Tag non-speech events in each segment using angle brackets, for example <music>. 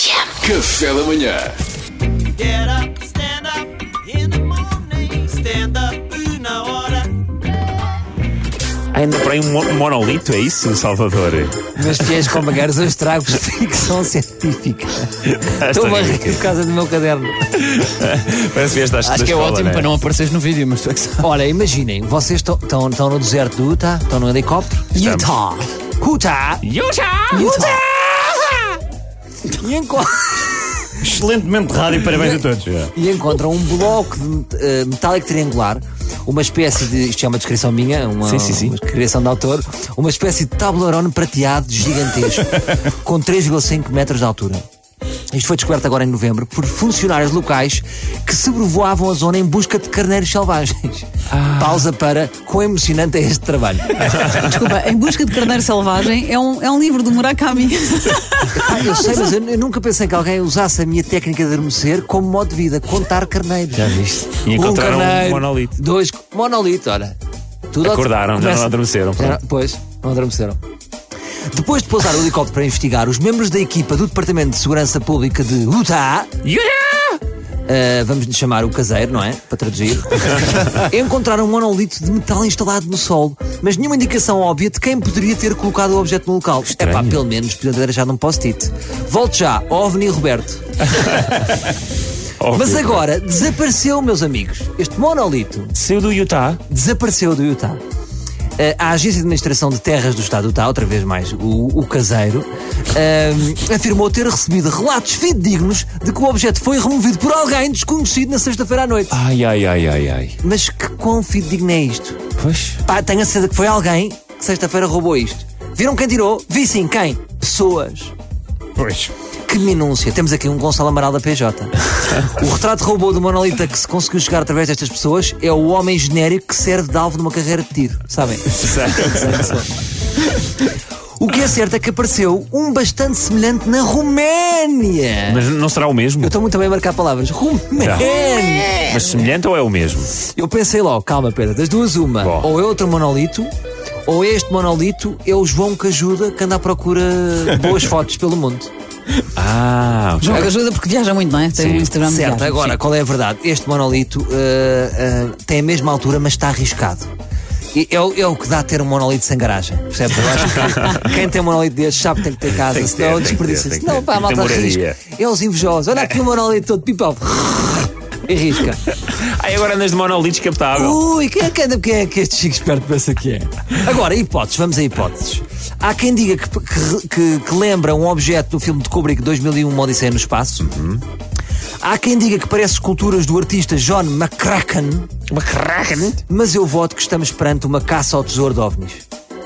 Café da manhã. Get up, stand up in the morning. Stand up na hora. Ainda para aí um mo- monolito, é isso, Salvador? Meus fiéis companheiros, eu estrago <laughs> ficção científica. é Estou a rir por causa do meu caderno. Parece que vieste às Acho que é ótimo para não apareceres no vídeo, mas tu é que sabes. Olha, imaginem, vocês estão no deserto do Utah, estão no helicóptero. Estamos. Utah! Utah! é? Yusha! Utah! E, enco- Excelentemente rádio, parabéns a todos. É. e encontram um bloco de, eh, metálico triangular, uma espécie de. Isto é uma descrição minha, uma, Sim, sim, sim. uma criação de autor, uma espécie de tabuleirão prateado gigantesco, <laughs> com 3,5 metros de altura. Isto foi descoberto agora em novembro por funcionários locais que sobrevoavam a zona em busca de carneiros selvagens. Ah. Pausa para quão emocionante é este <laughs> trabalho. Desculpa, Em Busca de Carneiro Selvagem é um, é um livro do Murakami. Ah, eu sei, mas eu, eu nunca pensei que alguém usasse a minha técnica de adormecer como modo de vida, contar carneiros. Já viste? E encontraram um monolito. Dois, monolito, olha. Tudo ao- Acordaram, já começa- não adormeceram, Já não- pronto. Pois, não adormeceram. Depois de pousar o helicóptero para investigar, os membros da equipa do Departamento de Segurança Pública de Utah, ah, vamos lhe chamar o caseiro, não é? <laughs> Para traduzir, encontraram um monolito de metal instalado no solo, mas nenhuma indicação óbvia de quem poderia ter colocado o objeto no local. É pá, pelo menos podiam ter deixado um post-it. Volte já, OVNI <laughs> Roberto. Óbvio. Mas agora desapareceu, meus amigos. Este monolito Saiu do Utah. desapareceu do Utah. Eh, A Agência de Administração de Terras do Estado do Utah, outra vez mais o, o caseiro, ehm, afirmou ter recebido relatos fidedignos de que o objeto foi removido por alguém desconhecido na sexta-feira à noite. Ai, ai, ai, ai, ai. Mas que quão fidedigno é isto? Pois. Pá, tenho a certeza que foi alguém que sexta-feira roubou isto. Viram quem tirou? Vi sim, quem? Pessoas. Pois. Que minúcia! Temos aqui um Gonçalo Amaral da PJ. o retrato robô do Monolita que se conseguiu chegar através destas pessoas é o homem genérico que serve de alvo numa carreira de tiro, sabem? o que é certo é que apareceu um bastante semelhante na Roménia. Mas não será o mesmo? Eu estou muito bem a marcar palavras. Roménia! Mas semelhante ou é o mesmo? Eu pensei logo, calma, Pedro, das duas uma. Bom. Ou é outro monolito, ou este monolito é o João que ajuda que anda à procura de boas fotos pelo mundo. Ah, João que ajuda porque viaja muito, não é? Tem um Instagram de Certo, viagem. agora, qual é a verdade? Este monolito uh, uh, tem a mesma altura, mas está arriscado. E É, o- é o que dá a ter um monolito sem garagem, percebes? Eu acho <laughs> que quem tem um monolito deste sabe que tem que ter casa, Tem que ter, senão tem que ter, desperdiça. tem que Não, ter. pá, a Tem que malta ter moradia. arrisca. É os invejosos. Olha aqui o monolito <laughs> todo pipão. E risca. Ai, Ah, agora andas de monolitos captável. Ui, quem é, que anda- quem é que este chico esperto pensa que é? Agora, hipóteses, vamos a hipóteses. Há quem diga que, que- que- que lembra um objeto do filme de Kubrick 2001, Uma Odisseia no Espaço. Há quem diga que parece esculturas do artista John McCracken, Uma né? cracken. mas eu voto que estamos perante uma caça ao tesouro de ovnis.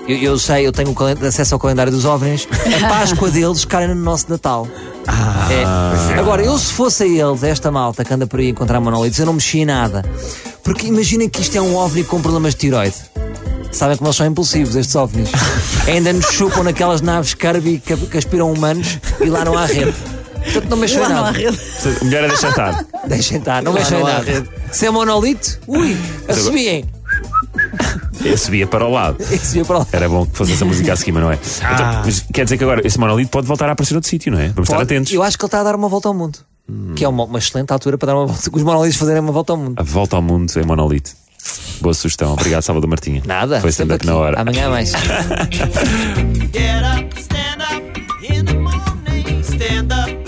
Eu, eu sei, eu tenho o calen- acesso ao calendário dos <laughs> ovnis. A Páscoa deles cai no nosso Natal. Ah. É. Agora, eu se fosse a eles, esta malta que anda por aí a encontrar monolitos, eu não mexia em nada. Porque imaginem que isto é um ovni com problemas de tiroide. Sabem como eles são impulsivos, estes ovnis. <laughs> Ainda nos chupam naquelas naves Kirby que, que aspiram humanos e lá não há rede. Portanto, não mexam em Lá não há nada. rede. Melhor é deixar estar. Deixem estar, não mexam em não há nada. rede. Se é monolito, ui, assobiem. Eu subia para o lado. Esse veio para lá. Era bom que fosse essa música a seguir, mas não é? Então, mas quer dizer que agora esse monolito pode voltar a aparecer noutro sítio, não é? Vamos estar Pode- atentos. Eu acho que ele está a dar uma volta ao mundo. Que é uma, uma excelente altura para dar uma volta. que Os monolitos fazerem uma volta ao mundo. A volta ao mundo em monolito. Boa sugestão. Obrigado, Salvador Martinha. Nada. Foi sempre stand-up na aqui. hora. Amanhã há mais. Get up, stand up in the morning. Stand up